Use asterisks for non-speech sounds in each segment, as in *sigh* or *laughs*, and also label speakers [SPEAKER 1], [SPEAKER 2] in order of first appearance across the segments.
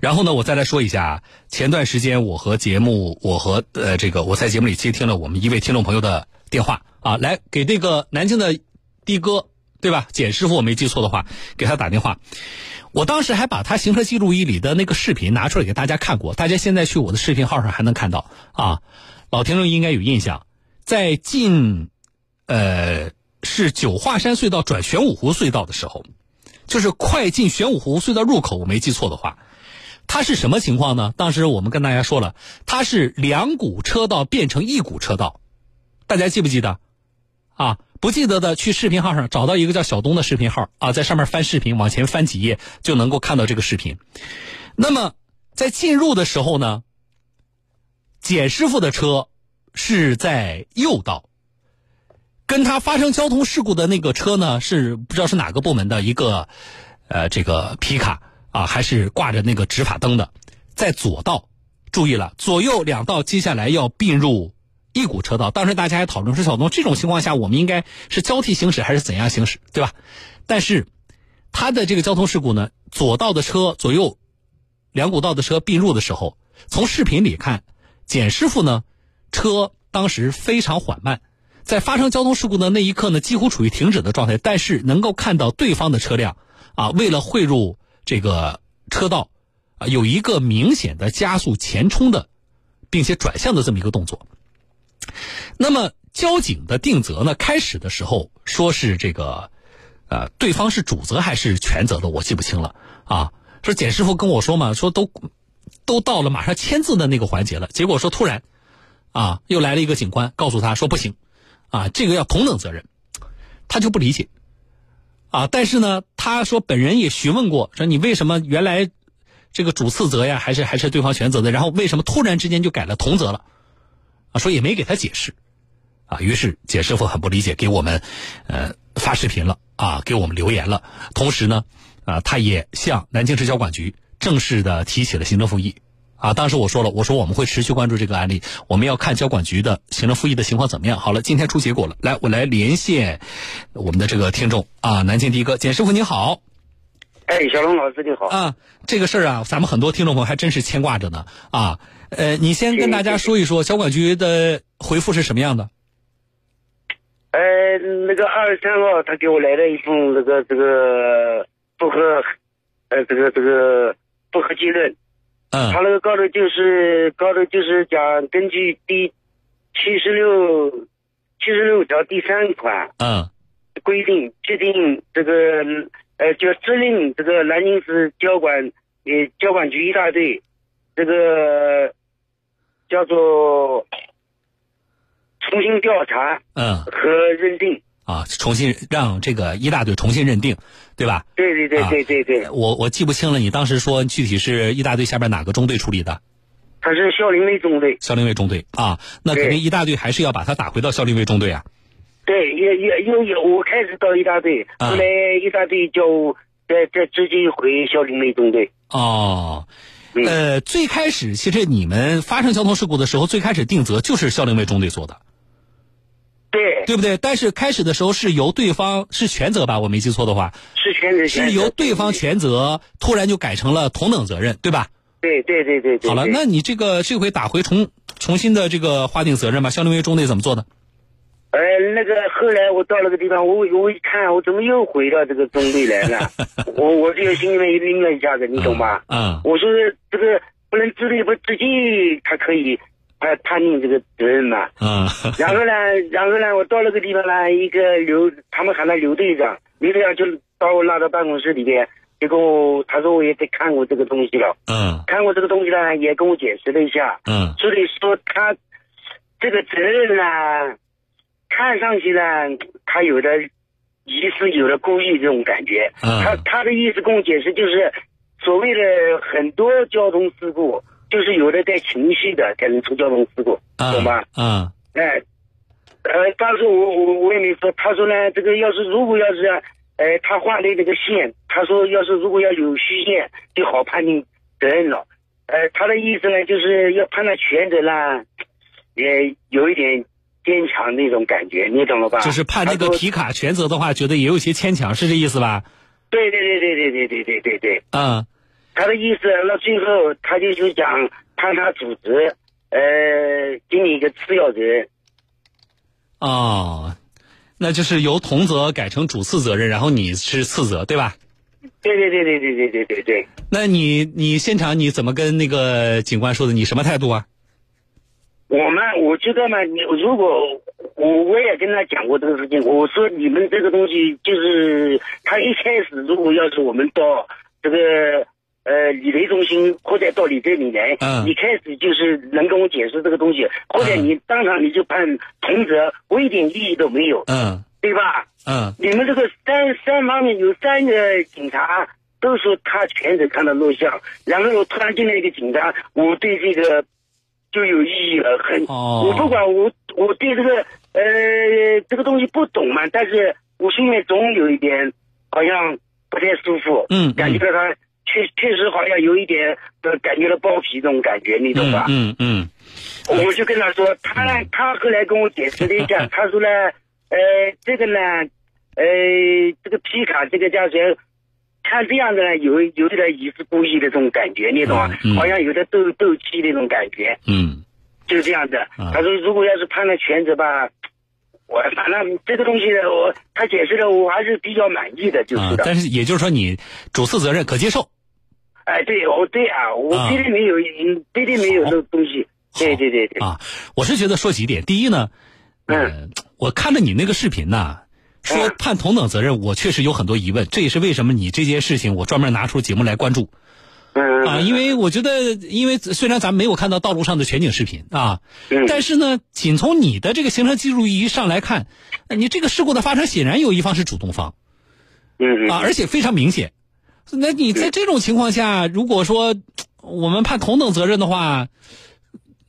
[SPEAKER 1] 然后呢，我再来说一下，前段时间我和节目，我和呃这个我在节目里接听了我们一位听众朋友的电话啊，来给这个南京的的哥对吧？简师傅，我没记错的话，给他打电话。我当时还把他行车记录仪里的那个视频拿出来给大家看过，大家现在去我的视频号上还能看到啊。老听众应该有印象，在进呃是九华山隧道转玄武湖隧道的时候，就是快进玄武湖隧道入口，我没记错的话，它是什么情况呢？当时我们跟大家说了，它是两股车道变成一股车道，大家记不记得？啊，不记得的去视频号上找到一个叫小东的视频号啊，在上面翻视频，往前翻几页就能够看到这个视频。那么在进入的时候呢，简师傅的车是在右道，跟他发生交通事故的那个车呢是不知道是哪个部门的一个呃这个皮卡啊，还是挂着那个执法灯的，在左道。注意了，左右两道接下来要并入一股车道。当时大家还讨论说，小东这种情况下，我们应该是交替行驶还是怎样行驶，对吧？但是他的这个交通事故呢，左道的车左右两股道的车并入的时候，从视频里看，简师傅呢车当时非常缓慢，在发生交通事故的那一刻呢，几乎处于停止的状态，但是能够看到对方的车辆啊，为了汇入这个车道啊，有一个明显的加速前冲的，并且转向的这么一个动作。那么交警的定责呢，开始的时候说是这个，呃，对方是主责还是全责的，我记不清了啊。说简师傅跟我说嘛，说都都到了马上签字的那个环节了，结果说突然啊，又来了一个警官，告诉他说不行，啊，这个要同等责任，他就不理解啊。但是呢，他说本人也询问过，说你为什么原来这个主次责呀，还是还是对方全责的，然后为什么突然之间就改了同责了？啊，说也没给他解释，啊，于是简师傅很不理解，给我们，呃，发视频了啊，给我们留言了，同时呢，啊，他也向南京市交管局正式的提起了行政复议。啊，当时我说了，我说我们会持续关注这个案例，我们要看交管局的行政复议的情况怎么样。好了，今天出结果了，来，我来连线我们的这个听众啊，南京的哥，简师傅你好。
[SPEAKER 2] 哎，小龙老师你好，
[SPEAKER 1] 啊，这个事儿啊，咱们很多听众朋友还真是牵挂着呢啊。呃，你先跟大家说一说交管局的回复是什么样的？
[SPEAKER 2] 哎，那个二十三号他给我来了一封这个这个复核，呃，这个这个复核结论，他
[SPEAKER 1] 嗯
[SPEAKER 2] 那个告的就是告的就是讲根据第七十六七十六条第三款
[SPEAKER 1] 嗯
[SPEAKER 2] 规定制定这个呃，就指令这个南京市交管呃交管局一大队，这个叫做重新调查。
[SPEAKER 1] 嗯
[SPEAKER 2] 和认定。
[SPEAKER 1] 啊，重新让这个一大队重新认定，对吧？
[SPEAKER 2] 对对
[SPEAKER 1] 啊
[SPEAKER 2] 对对对对，
[SPEAKER 1] 我我记不清了，你当时说具体是一大队下边哪个中队处理的？
[SPEAKER 2] 他是孝陵卫中队，
[SPEAKER 1] 校令卫中队啊，那肯定
[SPEAKER 2] 对
[SPEAKER 1] 一大队还是要把他打回到校令卫中队啊。
[SPEAKER 2] 对，也也因为有我开始到一大队，
[SPEAKER 1] 啊
[SPEAKER 2] 后来一大队叫我再再直接回孝陵卫中队。
[SPEAKER 1] 哦，
[SPEAKER 2] 嗯
[SPEAKER 1] 呃，最开始其实你们发生交通事故的时候，最开始定责就是校令卫中队做的，
[SPEAKER 2] 对，
[SPEAKER 1] 对不对？但是开始的时候是由对方是全责吧？我没记错的话，
[SPEAKER 2] 是全责，
[SPEAKER 1] 是由对方。全责，突然就改成了同等责任，对吧？
[SPEAKER 2] 对对对对对。
[SPEAKER 1] 好了，
[SPEAKER 2] 对
[SPEAKER 1] 那你这个这回打回重重新的这个划定责任吧，校令卫中队怎么做的？
[SPEAKER 2] 呃，那个后来我到那个地方，我我一看，我怎么又回到这个中队
[SPEAKER 1] *laughs*
[SPEAKER 2] 来了？我我这个心里面一拎了一下子，你懂吧？
[SPEAKER 1] 嗯？嗯，
[SPEAKER 2] 我说这个不能自律不自己，他可以判判定这个责任嘛？
[SPEAKER 1] 嗯， *laughs*
[SPEAKER 2] 然后呢，然后呢，我到那个地方呢，一个刘，他们喊他刘队长，刘队长就把我拉到办公室里边，结果他说我也在看过这个东西了，
[SPEAKER 1] 嗯，
[SPEAKER 2] 看过这个东西呢，也跟我解释了一下，
[SPEAKER 1] 嗯，
[SPEAKER 2] 所以说他这个责任呢，看上去呢，他有的疑似有的故意这种感觉，
[SPEAKER 1] 嗯
[SPEAKER 2] 他他的意思跟我解释就是，所谓的很多交通事故，就是有的带情绪的才能出交通事故，
[SPEAKER 1] 嗯，
[SPEAKER 2] 懂吧？
[SPEAKER 1] 嗯，
[SPEAKER 2] 哎，呃，当时我我我也没说，他说呢，这个要是如果要是，呃，他画的那个线，他说要是如果要有虚线，就好判定责任了。呃，他的意思呢，就是要判他全责啦，也有一点坚强那种感觉，你懂了吧？
[SPEAKER 1] 就是判那个
[SPEAKER 2] 啊他说
[SPEAKER 1] 皮卡全责的话，觉得也有些牵强，是这意思吧？
[SPEAKER 2] 对对对对对对对对对对。
[SPEAKER 1] 嗯，
[SPEAKER 2] 他的意思，那最后他就是想判他组织，呃，给你一个次要责任。
[SPEAKER 1] 哦，那就是由同责改成主次责任，然后你是次责，对吧？
[SPEAKER 2] 对对对对对对对对对，
[SPEAKER 1] 那你你现场你怎么跟那个警官说的？你什么态度啊？
[SPEAKER 2] 我们我觉得嘛，你如果我我也跟他讲过这个事情，我说你们这个东西就是他一开始如果要是我们到这个呃理赔中心或者到你这里来，
[SPEAKER 1] 嗯
[SPEAKER 2] 一开始就是能跟我解释这个东西，或者你当场你就判同责，我一点异议都没有，
[SPEAKER 1] 嗯
[SPEAKER 2] 对吧？
[SPEAKER 1] 嗯
[SPEAKER 2] 你们这个三三方面有三个警察都说他全程看到录像，然后突然进来一个警察，我对这个就有异议了，很，
[SPEAKER 1] 哦
[SPEAKER 2] 我不管我我对这个呃这个东西不懂嘛，但是我心里面总有一点好像不太舒服，
[SPEAKER 1] 嗯
[SPEAKER 2] 感觉到他确确实好像有一点呃感觉到包皮这种感觉，你懂吧？
[SPEAKER 1] 嗯嗯嗯
[SPEAKER 2] 我就跟他说，他呢，他后来跟我解释了一
[SPEAKER 1] *laughs*
[SPEAKER 2] 下，他说呢，呃，这个呢，呃，这个皮卡这个驾驶员，看这样子呢，有有点疑似故意的这种感觉，你懂吗？
[SPEAKER 1] 嗯嗯
[SPEAKER 2] 好像有点斗斗气那种感觉，
[SPEAKER 1] 嗯
[SPEAKER 2] 就是这样子。
[SPEAKER 1] 嗯
[SPEAKER 2] 他说，如果要是判了全责吧，我反正这个东西呢我他解释的我还是比较满意的，就是
[SPEAKER 1] 啊，
[SPEAKER 2] 的。
[SPEAKER 1] 但是也就是说你主次责任可接受。
[SPEAKER 2] 哎，对，我对啊，我
[SPEAKER 1] 啊
[SPEAKER 2] 绝对没有，嗯绝对没有这个东西。对对对对，
[SPEAKER 1] 啊，我是觉得说几点，第一呢，呃，我看了你那个视频呐、说
[SPEAKER 2] 嗯
[SPEAKER 1] 判同等责任，我确实有很多疑问，这也是为什么你这件事情我专门拿出节目来关注
[SPEAKER 2] 嗯
[SPEAKER 1] 啊，因为我觉得，因为虽然咱没有看到道路上的全景视频啊，
[SPEAKER 2] 嗯
[SPEAKER 1] 但是呢，仅从你的这个行车记录仪上来看，呃你这个事故的发生显然有一方是主动方，
[SPEAKER 2] 嗯嗯
[SPEAKER 1] 啊，而且非常明显。那你在这种情况下，如果说我们判同等责任的话，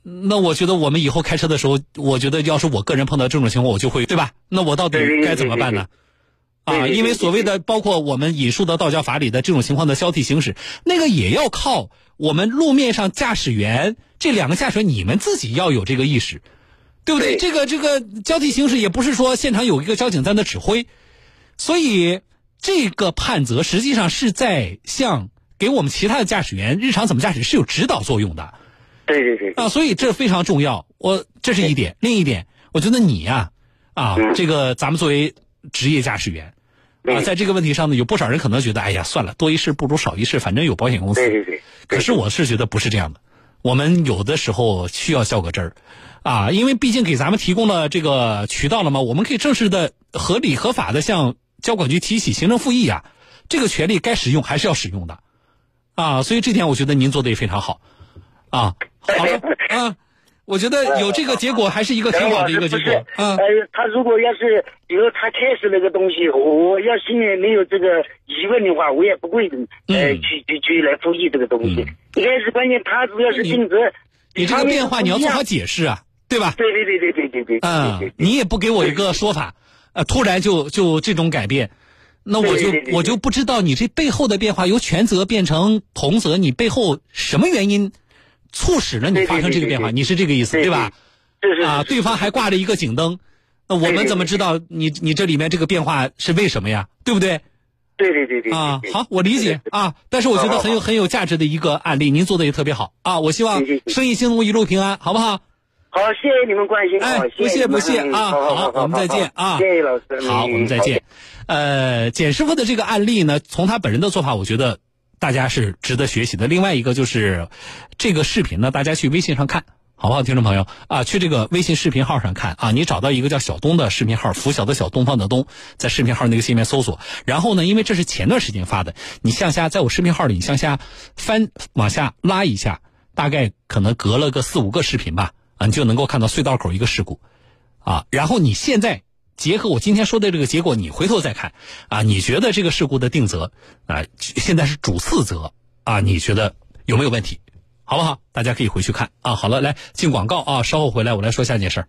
[SPEAKER 1] 那我觉得我们以后开车的时候，我觉得要是我个人碰到这种情况，我就会对吧？那我到底
[SPEAKER 2] 对对对
[SPEAKER 1] 该怎么办呢？
[SPEAKER 2] 对对
[SPEAKER 1] 啊，
[SPEAKER 2] 对对
[SPEAKER 1] 因为所谓的包括我们引述的道教法里的这种情况的交替行驶，那个也要靠我们路面上驾驶员这两个驾驶员你们自己要有这个意识，对不对？
[SPEAKER 2] 对
[SPEAKER 1] 这个这个交替行驶也不是说现场有一个交警在那指挥，所以这个判责实际上是在向给我们其他的驾驶员日常怎么驾驶是有指导作用的
[SPEAKER 2] 对对对，
[SPEAKER 1] 啊，所以这非常重要。我这是一点，另一点，我觉得你呀、啊，
[SPEAKER 2] 嗯
[SPEAKER 1] 这个咱们作为职业驾驶员啊，
[SPEAKER 2] 嗯
[SPEAKER 1] 在这个问题上呢，有不少人可能觉得，哎呀，算了，多一事不如少一事，反正有保险公司。
[SPEAKER 2] 对对对，
[SPEAKER 1] 可是我是觉得不是这样的，我们有的时候需要较个真儿，啊，因为毕竟给咱们提供了这个渠道了嘛，我们可以正式的、合理合法的向交管局提起行政复议啊，这个权利该使用还是要使用的，啊，所以这点我觉得您做的也非常好，啊，好了，啊，我觉得有这个结果还是一个 *laughs* 挺好的一个结
[SPEAKER 2] *laughs* 不是
[SPEAKER 1] 果，啊，
[SPEAKER 2] 呃，他如果要是，比如他开始那个东西，我我要心里面没有这个疑问的话，我也不会呃、
[SPEAKER 1] 嗯
[SPEAKER 2] 去去去来复议这个东西。
[SPEAKER 1] 嗯
[SPEAKER 2] 一开始关键他主要是定责，
[SPEAKER 1] 你这个变化你要做好解释啊，对吧？
[SPEAKER 2] 对对对对对对对，对
[SPEAKER 1] 嗯，
[SPEAKER 2] 对
[SPEAKER 1] 你也不给我一个说
[SPEAKER 2] *laughs*
[SPEAKER 1] 法，呃，突然就就这种改变，那我
[SPEAKER 2] 对
[SPEAKER 1] 就
[SPEAKER 2] 对对对
[SPEAKER 1] 我就不知道你这背后的变化，由全责变成同责，你背后什么原因促使了你
[SPEAKER 2] 对对
[SPEAKER 1] 发生这个变化？
[SPEAKER 2] 对对对
[SPEAKER 1] 你是这个意思
[SPEAKER 2] 对对
[SPEAKER 1] 吧？
[SPEAKER 2] 这是
[SPEAKER 1] 啊，对方还挂着一个警灯，那我
[SPEAKER 2] 对
[SPEAKER 1] 们
[SPEAKER 2] 对
[SPEAKER 1] 怎么
[SPEAKER 2] 对
[SPEAKER 1] 知道你你这里面这个变化是为什么呀？对不对？
[SPEAKER 2] 对对对对
[SPEAKER 1] 啊，
[SPEAKER 2] 对
[SPEAKER 1] 好，我理解啊，但是我觉得很有很有价值的一个案例，您做的也特别好啊，我希望
[SPEAKER 2] 谢谢谢谢
[SPEAKER 1] 生意兴隆，一路平安，好不好？
[SPEAKER 2] 好，谢谢你们关心，
[SPEAKER 1] 哎
[SPEAKER 2] 好
[SPEAKER 1] 不谢
[SPEAKER 2] 谢你
[SPEAKER 1] 不
[SPEAKER 2] 们
[SPEAKER 1] 谢啊
[SPEAKER 2] 嗯好
[SPEAKER 1] 好我们再见啊
[SPEAKER 2] 谢谢老 *laughs* 师，嗯
[SPEAKER 1] 好，我们再见。。呃，简师傅的这个案例呢，从他本人的做法，我觉得大家是值得学习的。另外一个就是这个视频呢，大家去微信上看。好不好，听众朋友啊，去这个微信视频号上看啊，你找到一个叫小东的视频号，拂晓的小东方的东，在视频号那个界面搜索。然后呢，因为这是前段时间发的，你向下，在我视频号里，你向下翻往下拉一下，大概可能隔了个四五个视频吧，啊，你就能够看到隧道口一个事故。啊，然后你现在结合我今天说的这个结果，你回头再看啊，你觉得这个事故的定责啊，现在是主次责啊，你觉得有没有问题？好不好？大家可以回去看啊。好了，来进广告啊，稍后回来我来说下件事儿。